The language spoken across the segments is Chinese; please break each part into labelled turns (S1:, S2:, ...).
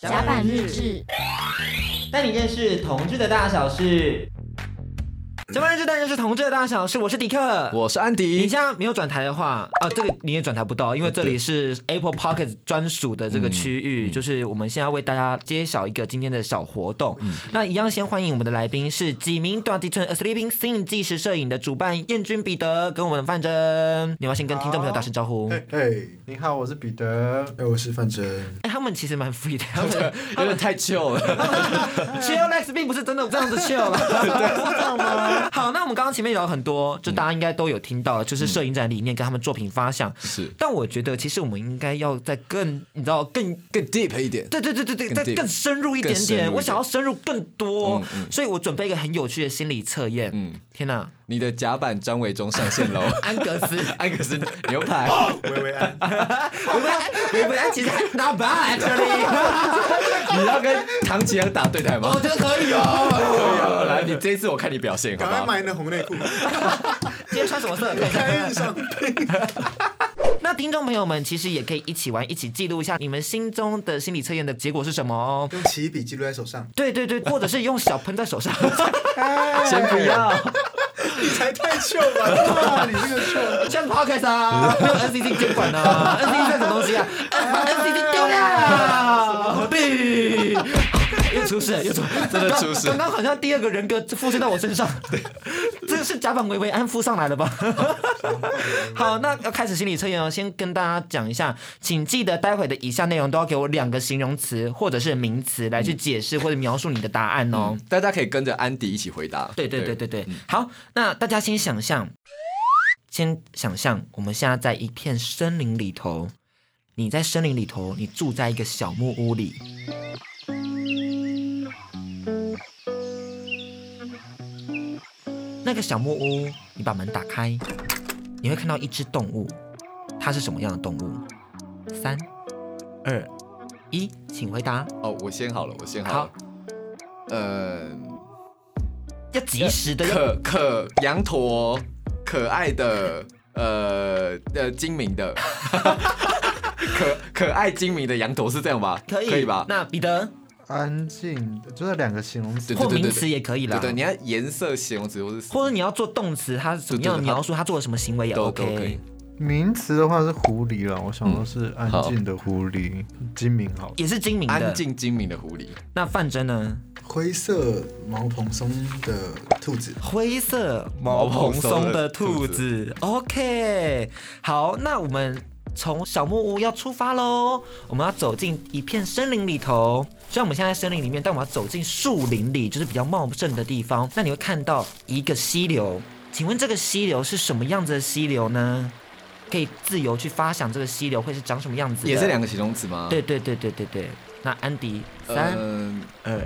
S1: 甲板日志，
S2: 带你认识同志的大小事。甲板日志带你认识同志的大小事，我是迪克，
S3: 我是安
S2: 你
S3: 迪
S2: 这。样没有转台的话，啊，这个你也转台不到，因为这里是 Apple Pocket 专属的这个区域，就是我们现在为大家揭晓一个今天的小活动。那一样先欢迎我们的来宾是几名短笛村 A Sleeping Sing 纪实摄影的主办燕君彼得跟我们范真，你要不要先跟听众朋友打声招呼。哎、
S4: 嘿，你好，我是彼得。哎，我是范真。
S2: 他们其实蛮 free 的，他们
S3: 有点太旧了，
S2: chill Lex 并不是真的这样子 chill 啦，是这样吗？ 好，那我们刚刚前面聊了很多，就大家应该都有听到了，就是摄影展理念跟他们作品发想。
S3: 是
S2: 但我觉得其实我们应该要再更，你知道更
S3: 更 deep 一点。
S2: 对对对对对，
S3: 更
S2: 再
S3: deep
S2: 更深入一点
S3: 更深入一
S2: 点，
S3: 点
S2: 我想要深入更多
S3: 嗯，
S2: 所以我准备一个很有趣的心理测验。嗯，天 哪，
S3: 你的甲板张伟忠上线喽，哦
S2: 安格斯，
S3: 安格斯牛 排，
S4: 薇薇安，
S2: 我们我们其实 not bad actually，
S3: 你要跟唐奇阳打对台吗
S2: 我？觉得可以哦。
S3: 可以啊来，你这一次我看你表现，好
S4: 赶快
S3: 不好？
S4: 买你的红内裤，
S2: 今天穿什么色？
S4: 开运上。
S2: 那听众朋友们其实也可以一起玩，一起记录一下你们心中的心理测验的结果是什么哦。
S4: 用起笔记录在手上，
S2: 对对 对，或者是用小喷在 手上。
S3: 先不要，
S4: 你才太秀吧？哇，你这个秀，
S2: 像 podcast 啊，没有 NCC 监管啊，NCC 是什么东西 啊？NCC 丢了，何必？ 又出事了，又出，
S3: 真的出事
S2: 刚刚刚好像第二个人格附身到我身 上，这个是甲板维维安附上来了 吧？好，那要开始心理测验哦，先跟大家讲一下，请记得待会的以下内容都要给我两个形容词或者是名词来去解释或者描述你的答案哦。
S3: 大家可以跟着安迪一起回答。
S2: 对对对对
S3: 嗯
S2: 对，好，那大家先想象，先想象，我们现在在一片森林里头，你在森林里头，你住在一个小木屋里，那个小木屋，你把门打开，你会看到一只动物，它是什么样的动物？三、二、一，请回答，
S3: 哦，我先好了，我先好
S2: 好
S3: 了。，呃，
S2: 要及时的，要
S3: 可可羊驼，可爱的，呃呃，精明的， 可可爱精明的羊驼是这样吧？
S2: 可以
S3: 可以吧？
S2: 那彼得。
S4: 安静，就是两个形容词
S3: 对
S2: 或名词也可以啦
S3: 对对，你要颜色、形容词或是
S2: 或者你要做动词，它怎么样的描述，它做了什么行为也
S3: 都
S2: OK。
S3: 都可以。
S5: 名词的话是狐狸了，我想到是安静的狐狸，精明好。
S2: 也是精明
S3: 安
S2: 的。
S3: 静精明的狐狸，
S2: 那范真呢？
S4: 灰色毛蓬松的兔子，
S2: 灰色毛蓬松的兔
S3: 毛蓬松的兔
S2: 子。OK，好，那我们从小木屋要出发喽。我们要走进一片森林里头。虽然我们现在在森林里面，但我们要走进树林里，就是比较茂盛的地方。那你会看到一个溪流，请问这个溪流是什么样子的溪流呢？可以自由去发想这个溪流会是长什么样子的。
S3: 也是两个形容词吗？
S2: 对，对对对对对，那安迪三
S3: 嗯
S2: 二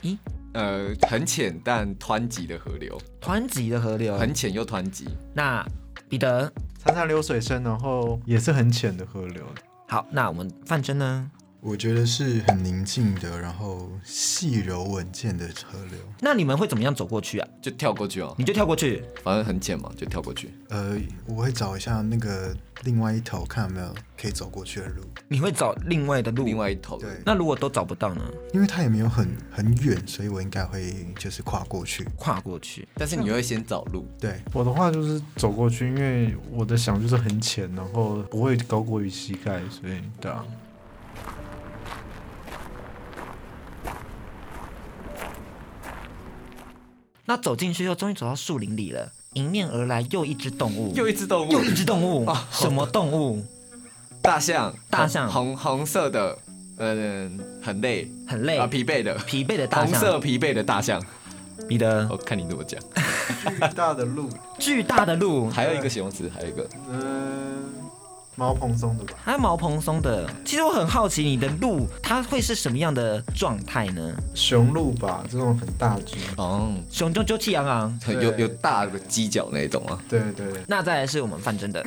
S2: 一，
S3: 呃，很浅但湍急的河流，
S2: 湍急的河流。
S3: 很浅又湍急。
S2: 那彼得，
S5: 潺潺流水声，然后也是很浅的河流，
S2: 好，那我们范真呢？
S4: 我觉得是很宁静的，然后细柔稳健的河流。
S2: 那你们会怎么样走过去啊？
S3: 就跳过去哦，
S2: 你就跳过去，
S3: 反正很浅嘛，就跳过去。
S4: 呃，我会找一下那个另外一头，看有没有可以走过去的路。
S2: 你会找另外的路。
S3: 另，外一头，
S4: 对，
S2: 那如果都找不到呢？
S4: 因为它也没有很很远，所以我应该会就是跨过去。
S2: 跨过去。
S3: 但是你会先找路，
S4: 对，
S5: 我的话就是走过去，因为我的想就是很浅，然后不会高过于膝盖，所以对啊。
S2: 那走进去后，终于走到树林里了。迎面而来又一只动物，
S3: 又一哦只动物，
S2: 又一只动物， 什么动物？
S3: 大象，
S2: 大象
S3: 红红色的，呃，很累
S2: 很累
S3: 啊，，疲惫的，
S2: 疲惫的大
S3: 红色哦
S2: 象。
S3: 疲惫的大象。
S2: 彼得
S3: 我，看你怎么讲。
S5: 巨大的鹿，
S2: 巨大的鹿，
S3: 还有一个形容词，还有一个
S5: 嗯、毛蓬松的吧，
S2: 它毛蓬松的。其实我很好奇，你的鹿它会是什么样的状态呢？
S5: 雄鹿吧，这种很大只。
S3: 哦，
S2: 雄赳赳气昂昂。
S3: 很有有大的犄角那一种啊。
S5: 对对对，
S2: 那再来是我们范真的，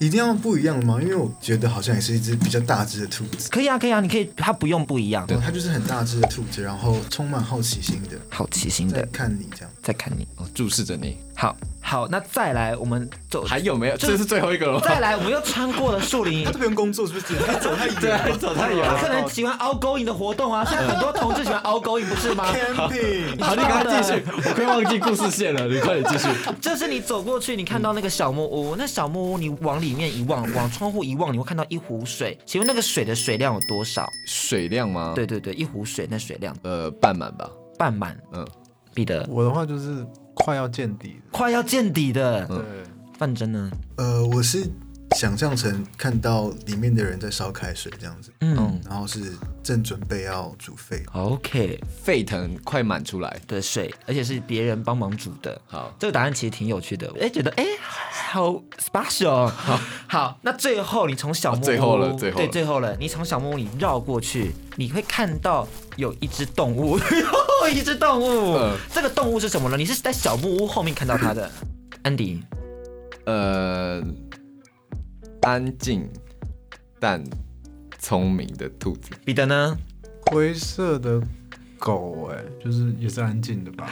S4: 一定要不一样吗？因为我觉得好像也是一只比较大只的兔子，
S2: 可以啊，可以啊，你可以，他不用不一样，
S4: 它就是很大只的兔子，然后充满好奇心的
S2: 好奇心
S4: 在
S2: 的
S4: 看你这样。
S2: 在看你。
S3: 哦，注视着你，
S2: 好好，那再来我们走，
S3: 还有没有？
S2: 就
S3: 这是最后一个了吗？
S2: 再来我们又穿过了树林
S4: 他。都不用工作，是不是？他走太 远，
S3: 对啊，走 太远
S2: 他
S3: 了。
S2: 可 能喜欢 outgoing 的活 动啊，现在很多同志喜欢 outgoing 不是吗？
S4: camping，
S3: 好，你赶快继续， 我快忘记故事线 了，你快点继续。
S2: 就是你走过去，你看到那个小木屋，那小木屋你往里面一望，往窗户一望，你会看到一壶水。请问那个水的水量有多少？
S3: 水量吗？
S2: 对，对对，一壶水那水量
S3: 呃，半满吧。
S2: 半满，
S3: 嗯，
S2: 彼得
S5: 我的话就是快要见底了。
S2: 快要见底的。
S5: 对，
S2: 范真呢？
S4: 呃，我是想象成看到里面的人在烧开水这样子，
S2: 嗯
S4: 然后是正准备要煮沸，
S2: ，OK
S3: 沸腾，快满出来。
S2: 的水，而且是别人帮忙煮的。
S3: 好，
S2: 这个答案其实挺有趣的，哎，觉得哎，好 special 哦。好，那最后你从小木屋、
S3: 啊最后了最后了
S2: 对，最后了，你从小木屋里绕过去，你会看到有一只动物， 有一只动物、
S3: 嗯
S2: 这个动物是什么呢？你是在小木屋后面看到它的，安迪。
S3: 呃，安静但聪明的兔子，
S2: 彼得呢？
S5: 灰色的狗、哎，就是也是安静的吧？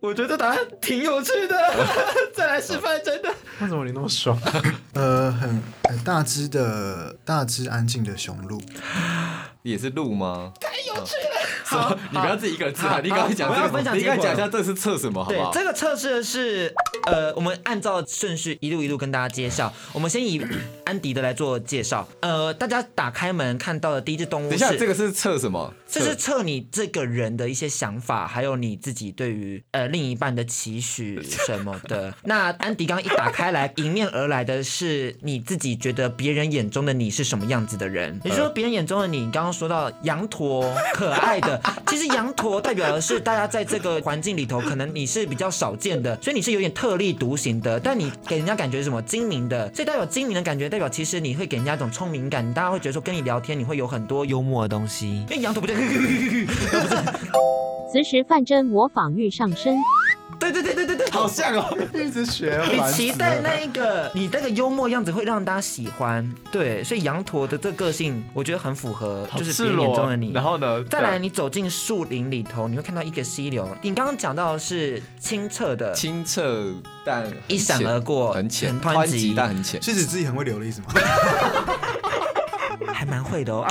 S2: 我觉得答案挺有趣的， 再来示范，真的。
S5: 为什么你那么爽？
S4: 呃，很很大只的大只安静的雄鹿，
S3: 也是鹿吗？嗯
S2: 好，
S3: 你不要自己一个人自
S2: 好
S3: 嗨，你赶快讲
S2: 好我要
S3: 这
S2: 分
S3: 个，
S2: 享
S3: 你赶
S2: 结
S3: 快
S2: 果
S3: 讲一下这是测什么，好
S2: 对
S3: 不，好？
S2: 这个测试的是，呃，我们按照顺序一路一路跟大家介绍。我们先以安迪的来做介绍。呃，大家打开门看到的第一只动物
S3: 等
S2: 是，
S3: 一下，这个是测什么？
S2: 这是测你这个人的一些想法，还有你自己对于呃另一半的期许什么 的。那安迪刚一打开来，迎面而来的是你自己觉得别人眼中的你是什么样子的人。也就是说，别人眼中的你，你刚刚说到羊驼可爱的，其实羊驼代表的是大家在这个环境里头，可能你是比较少见的，所以你是有点特立独行的。但你给人家感觉是什么精明的，所以代表精明的感觉，代表其实你会给人家一种聪明感，大家会觉得说跟你聊天你会有很多幽默的东西。因为羊驼不对，
S1: 此时范真模仿欲上身。
S2: 对对对对对对，
S3: 好像哦，
S5: 一直学，
S2: 你
S5: 烦死
S2: 期
S5: 了
S2: 待那一个，你那个幽默样子会让大家喜欢。对，所以羊驼的这个个性，我觉得很符合，就是别人眼中的你。
S3: 然后呢？
S2: 再来，你走进树林里头，你会看到一个溪流。你刚刚讲到的是清澈的，
S3: 清澈但
S2: 一闪而过
S3: 很浅，
S2: 很湍
S3: 湍急
S2: 急
S3: 但很浅。
S4: 是指自己很会流的意思吗？
S2: 还蛮会的哦。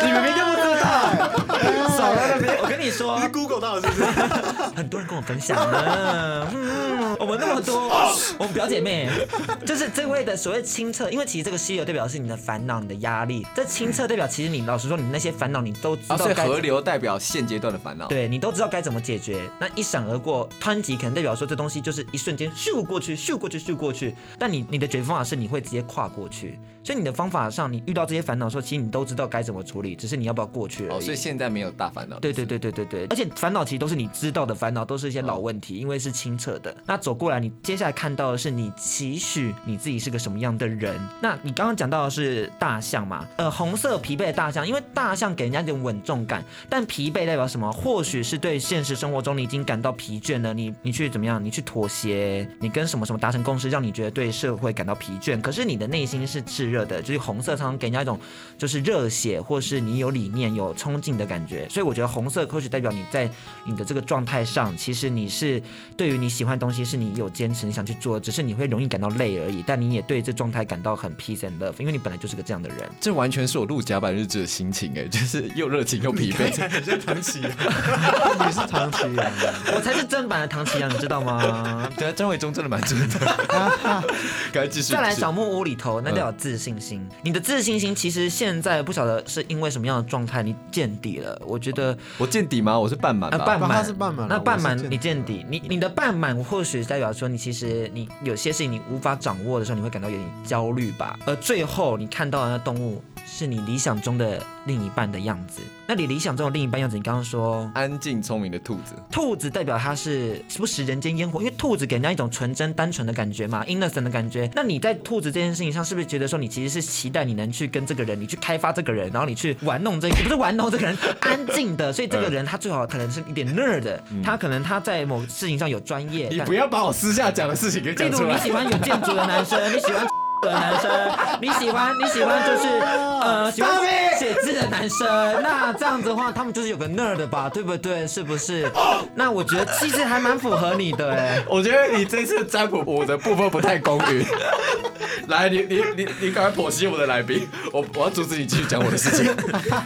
S2: 你明明就不知道， 少在那边。我跟你说，
S4: 是 Google 到的是不是？
S2: 很多人跟我分享呢。嗯，我们那么多，我们表姐妹，就是这位的所谓清澈，因为其实这个溪流代表的是你的烦恼、你的压力。这清澈代表其实你老实说，你那些烦恼你都知
S3: 啊，
S2: 道
S3: 所以
S2: 该。
S3: 河流代表现阶段的烦恼。
S2: 对你都知道该怎么解决，那一闪而过，湍急可能代表说这东西就是一瞬间咻过去，咻过去，咻过去。但你你的解决方法是你会直接跨过去，所以你的方法上，你遇到这些烦恼的时候，其实你都知道该怎么处理，只是你要不要过去而已。
S3: 哦，所以现在没有大烦恼。
S2: 对对对对对对，而且烦恼其实都是你知道的烦恼，都是一些老问题，因为是清澈的。那走过来，你接下来看到的是你期许你自己是个什么样的人。那你刚刚讲到的是大象嘛？呃，红色疲惫的大象，因为大象给人家一种稳重感，但疲惫代表什么？或许是对现实生活中你已经感到疲倦了，你你去怎么样？你去妥协，你跟什么什么达成共识，让你觉得对社会感到疲倦。可是你的内心是炽热的，就是红色常常给人家一种就是热血，或是你有理念、有冲劲的感觉。所以我觉得红色或许代表你在你的这个状态上，其实你是对于你喜欢的东西是你有坚持，你想去做，只是你会容易感到累而已。但你也对这状态感到很 peace and love，因为你本来就是个这样的人。
S3: 这完全是我录甲板日志的心情哎， 就是又热情又疲惫。
S4: 你 在唐琪，
S5: 你是唐奇阳啊，
S2: 我才是正版的唐奇阳，你知道吗？
S3: 对啊，张伟忠真的蛮真的。 赶快继续。
S2: 再来
S3: 继续
S2: 小木屋里头，那叫有自信心。你的自信心其实现在不晓得是因为什么样的状态，你见底了。我觉得
S3: 我见底吗？我是半满
S2: 啊，
S3: 吧。
S2: 半
S5: 他
S2: 满
S5: 哦是半满
S2: 那
S5: 了
S2: 半
S5: 我是
S2: 满
S5: 见底
S2: 你见底，你你的半满或许代表说你其实你有些事情你无法掌握的时候，你会感到有点焦虑吧。而最后你看到的那动物是你理想中的另一半的样子。那你理想中的另一半样子，你刚刚说
S3: 安静聪明的兔子。
S2: 兔子代表它是时不食人间烟火，因为兔子给人家一种纯真单纯的感觉嘛，innocent 的感觉。那你在兔子这件事情上，是不是觉得说你其实是期待你能去跟这个人，你去开发这个人，然后你去玩弄这个，不是玩弄这个人，安静的。所以这个人他最好可能是一点 nerd，的他可能他在某事情上有专业。
S3: 你
S2: 但
S3: 不要把我私下讲的事情给
S2: 例
S3: 讲
S2: 如
S3: 出
S2: 你
S3: 来。
S2: 喜欢有建 筑的男生，你喜欢的男生，你喜欢你喜欢就是呃喜欢
S3: Stop
S2: 写字的男生。那这样子的话，他们就是有个 nerd 吧，对不对？是不 是？那我觉得其实还蛮符合你的哎。
S3: 我觉得你这次占卜我的部分不太公允。 来，你你你你赶快剖析我的来宾，我我要阻止你继续讲我的事 情。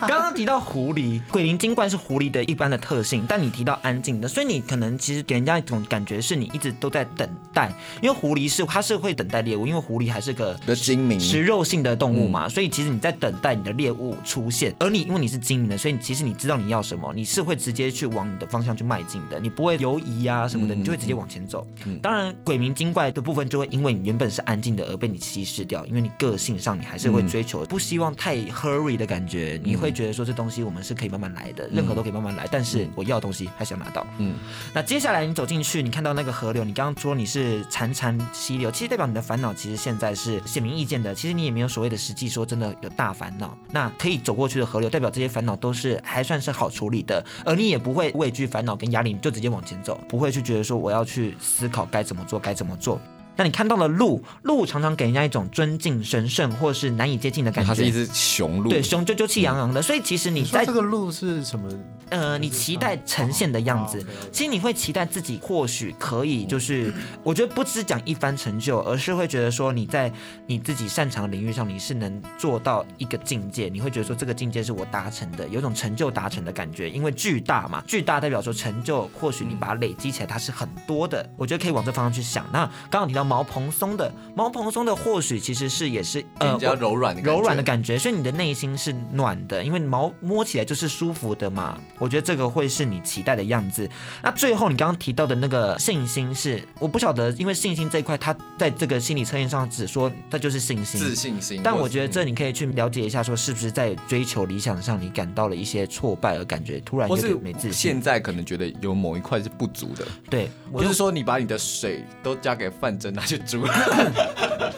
S2: 刚刚提到狐狸，鬼灵精怪是狐狸的一般的特性，但你提到安静的，所以你可能其实给人家一种感觉是你一直都在等待，因为狐狸是它是会等待猎物，因为狐狸还是个
S3: 比较精明
S2: 食肉性的动物嘛，所以其实你在等待你的猎物出现，而你因为你是精明的，所以你其实你知道你要什么，你是会直接去往你的方向去迈进的，你不会犹疑啊什么的，你就会直接往前走。当然，鬼迷精怪的部分就会因为你原本是安静的而被你稀释掉，因为你个性上你还是会追求不希望太 hurry 的感觉，你会觉得说这东西我们是可以慢慢来的，任何都可以慢慢来，但是我要的东西还是要拿到。嗯，那接下来你走进去，你看到那个河流，你刚刚说你是潺潺溪流，其实代表你的烦恼其实现在是显明易见的，其实你也没有所谓的实际说真的有大烦恼。那可以走过去的河流，代表这些烦恼都是还算是好处理的，而你也不会畏惧烦恼跟压力，你就直接往前走，不会去觉得说我要去思考该怎么做，该怎么做。那你看到了鹿，鹿常常给人家一种尊敬、神圣或是难以接近的感觉。
S3: 它是一只雄鹿，
S2: 对，雄赳赳气昂昂的，所以其实你
S5: 你说
S2: 在
S5: 这个路是什么？
S2: 呃，你期待呈现的样
S5: 嗯
S2: 子
S5: 哦，OK，OK，
S2: 其实你会期待自己或许可以，就是我觉得不只讲一番成就，而是会觉得说你在你自己擅长的领域上，你是能做到一个境界，你会觉得说这个境界是我达成的，有一种成就达成的感觉，因为巨大嘛，巨大代表说成就，或许你把它累积起来，它是很多的，我觉得可以往这方向去想。那刚刚提到毛蓬松的，毛蓬松的或许其实是也是呃
S3: 比，较柔软的感觉
S2: 柔软的感觉，所以你的内心是暖的，因为毛摸起来就是舒服的嘛。我觉得这个会是你期待的样子。那最后你刚刚提到的那个信心是，我不晓得，因为信心这一块，它在这个心理测验上只说它就是信心。
S3: 自信心。
S2: 但我觉得这你可以去了解一下，说是不是在追求理想上你感到了一些挫败，而感觉突然有
S3: 或是
S2: 点没自信。
S3: 现在可能觉得有某一块是不足的，
S2: 对，我
S3: 或
S2: 就是
S3: 说你把你的水都加给范真拿去煮啊，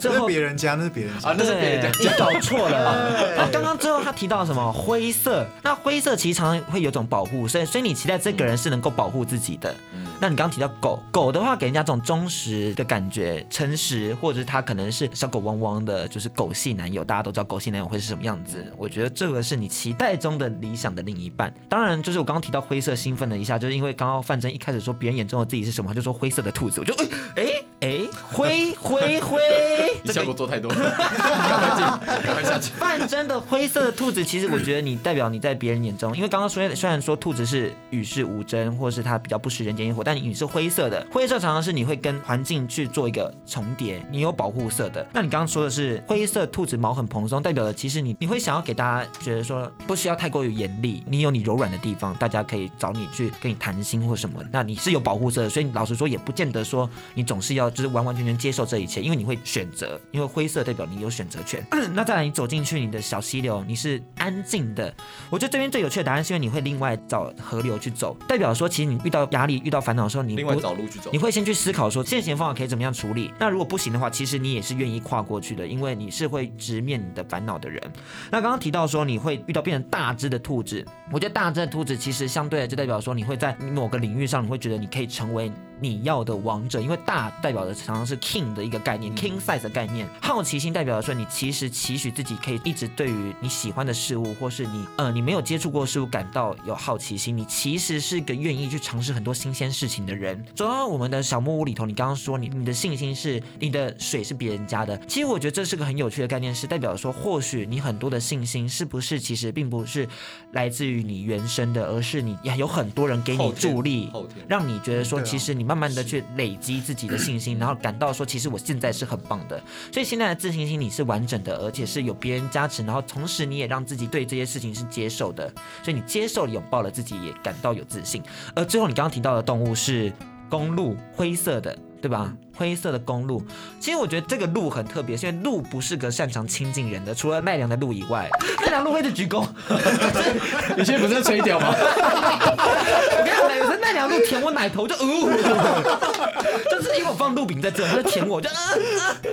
S4: 这
S2: 最
S4: 是
S2: 后
S4: 别人家，那是别人家。
S3: 那是别人家
S2: 对你搞错 了。然后刚刚最后他提到什么灰色？那灰色其实常常会有种保护，所以所以你期待这个人是能够保护自己的。那你刚刚提到狗，狗的话给人家这种忠实的感觉，诚实，或者是他可能是小狗汪汪的，就是狗系男友。大家都知道狗系男友会是什么样子，我觉得这个是你期待中的理想的另一半。当然，就是我刚刚提到灰色，兴奋了一下，就是因为刚刚范真一开始说别人眼中的自己是什么，他就说灰色的兔子，我就哎哎哎灰灰 灰，
S3: 你
S2: 这
S3: 效
S2: 个
S3: 果做太多，赶快进赶快下去。
S2: 半真的灰色的兔子，其实我觉得你代表你在别人眼中，因为刚刚虽虽然说兔子是与世无争，或是它比较不食人间烟火，但你是灰色的，灰色常常是你会跟环境去做一个重叠，你有保护色的。那你刚刚说的是灰色兔子毛很蓬松，代表了其实你你会想要给大家觉得说不需要太过于严厉，你有你柔软的地方，大家可以找你去跟你谈心或什么。那你是有保护色的，所以老实说也不见得说你总是要就是完完全全接受这一切，因为你会选择，因为灰色代表你有选择权。那再来，你走进去你的小溪流，你是安静的。我觉得这边最有趣的答案是因为你会另外找河流去走，代表说其实你遇到压力、遇到烦恼的时候，你
S3: 另外
S2: 不
S3: 找路去走
S2: 你，会先去思考说现行方法可以怎么样处理。那如果不行的话，其实你也是愿意跨过去的，因为你是会直面你的烦恼的人。那刚刚提到说你会遇到变成大只的兔子，我觉得大只的兔子其实相对的就代表说你会在某个领域上，你会觉得你可以成为你要的王者，因为大代表的常常是 king 的一个概念、k i n g size 的概念。好奇心代表说你其实期许自己可以一直对于你喜欢的事物，或是你呃你没有接触过的事物感到有好奇心，你其实是一个愿意去尝试很多新鲜事情的人。走到我们的小木屋里头，你刚刚说你你的信心是你的水是别人家的，其实我觉得这是个很有趣的概念，是代表说或许你很多的信心是不是其实并不是来自于你原生的，而是你有很多人给你
S3: 后天
S2: 助力，
S3: 后天
S2: 让你觉得说，
S4: 对啊嗯
S2: 其实你慢慢的去累积自己的信心，然后感到说，其实我现在是很棒的。所以现在的自信心你是完整的，而且是有别人加持，然后同时你也让自己对这些事情是接受的，所以你接受了拥抱了自己，也感到有自信。而最后你刚刚提到的动物是公鹿，灰色的。对吧？灰色的公鹿，其实我觉得这个鹿很特别，是因为鹿不是个擅长亲近人的，除了奈良的鹿以外，奈良鹿会一直鞠躬，
S3: 你现在不是在吹屌吗？
S2: 我跟你讲，有时候奈良鹿舔我奶头就呜、 就是因为我放鹿饼在这，它就舔我就、呃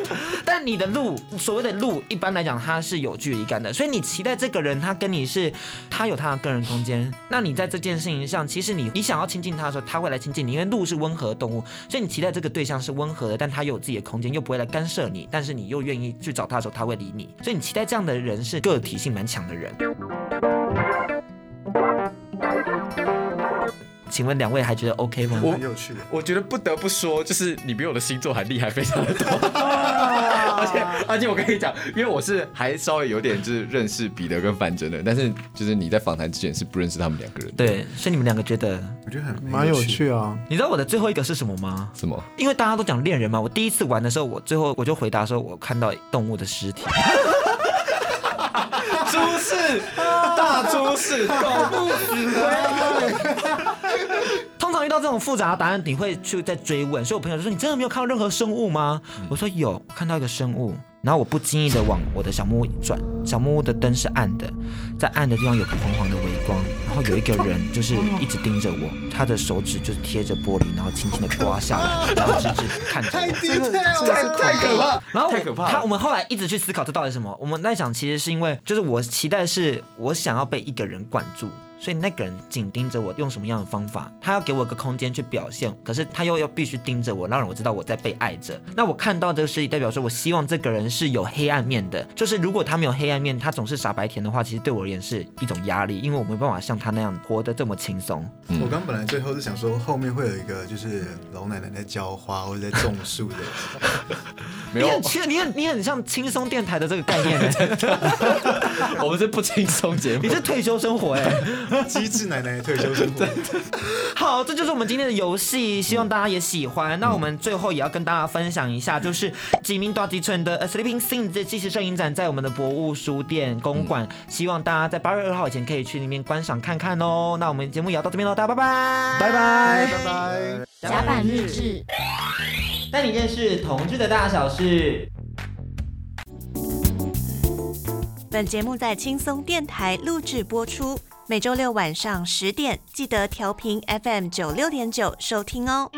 S2: 呃但你的鹿，所谓的鹿，一般来讲它是有距离感的，所以你期待这个人他跟你是，他有他的个人空间。那你在这件事情上，其实你你想要亲近他的时候，他会来亲近你，因为鹿是温和的动物，所以你期待这个对象是温和的，但他有自己的空间，又不会来干涉你，但是你又愿意去找他的时候，他会理你。所以你期待这样的人是个体性蛮强的人。请问两位还觉得 OK 吗？
S3: 我
S4: 很有趣的。
S3: 我觉得不得不说，就是你比我的星座还厉害非常的多，
S2: 啊
S3: 而且而且我跟你讲，因为我是还稍微有点就是认识彼得跟樊真的，但是就是你在访谈之前是不认识他们两个人的。
S2: 对，所以你们两个觉得，
S4: 我觉得很
S5: 蛮有趣啊。
S2: 你知道我的最后一个是什么吗？
S3: 什么？
S2: 因为大家都讲恋人嘛，我第一次玩的时候，我最后我就回答说，我看到动物的尸体。
S3: 猪是大猪是狗 不
S2: 通常遇到这种复杂的答案，你会去再追问，所以我朋友就说：“你真的没有看到任何生物吗？”我说：“有，我看到一个生物。”然后我不经意的往我的小木屋一转，小木屋的灯是暗的，在暗的地方有个黄黄的微光，然后有一个人就是一直盯着我，他的手指就是贴着玻璃，然后轻轻的刮下来，然后直直地看着我。
S3: 太太可怕，
S2: 然后我
S3: 太可怕
S2: 他
S3: 了
S2: 我。们后来一直去思考这到底是什么。我们在想，其实是因为就是我期待是我想要被一个人管住，所以那个人紧盯着我，用什么样的方法，他要给我一个空间去表现，可是他又要必须盯着我，让我知道我在被爱着。那我看到这个尸体，代表说我希望这个人是有黑暗面的，就是如果他没有黑暗面，他总是傻白甜的话，其实对我而言是一种压力，因为我没办法像他那样活得这么轻松。
S5: 嗯
S4: 我刚本来最后是想说，后面会有一个就是老奶奶在浇花或者在种树的，
S3: 没
S2: 你
S3: 有
S2: 很，轻，你很你很像轻松电台的这个概念、 欸，
S3: 我们是不轻松节目
S2: 你。是退休生活哎、
S4: 机智奶奶的退休生活。
S2: 好，这就是我们今天的游戏，希望大家也喜欢。那我们最后也要跟大家分享一下，就是吉明大吉村的《呃 Sleeping Sing》的即时摄影展，在我们的博物书店公馆，希望大家在八月二号以前可以去那边观赏看看哦。那我们节目也要到这边喽，大家拜拜，拜拜，拜拜，
S1: 甲板日。志。
S2: 带你认识同志的大小事。
S6: 本节目在轻松电台录制播出，每周六晚上十点记得调频 FM 九六点九收听哦。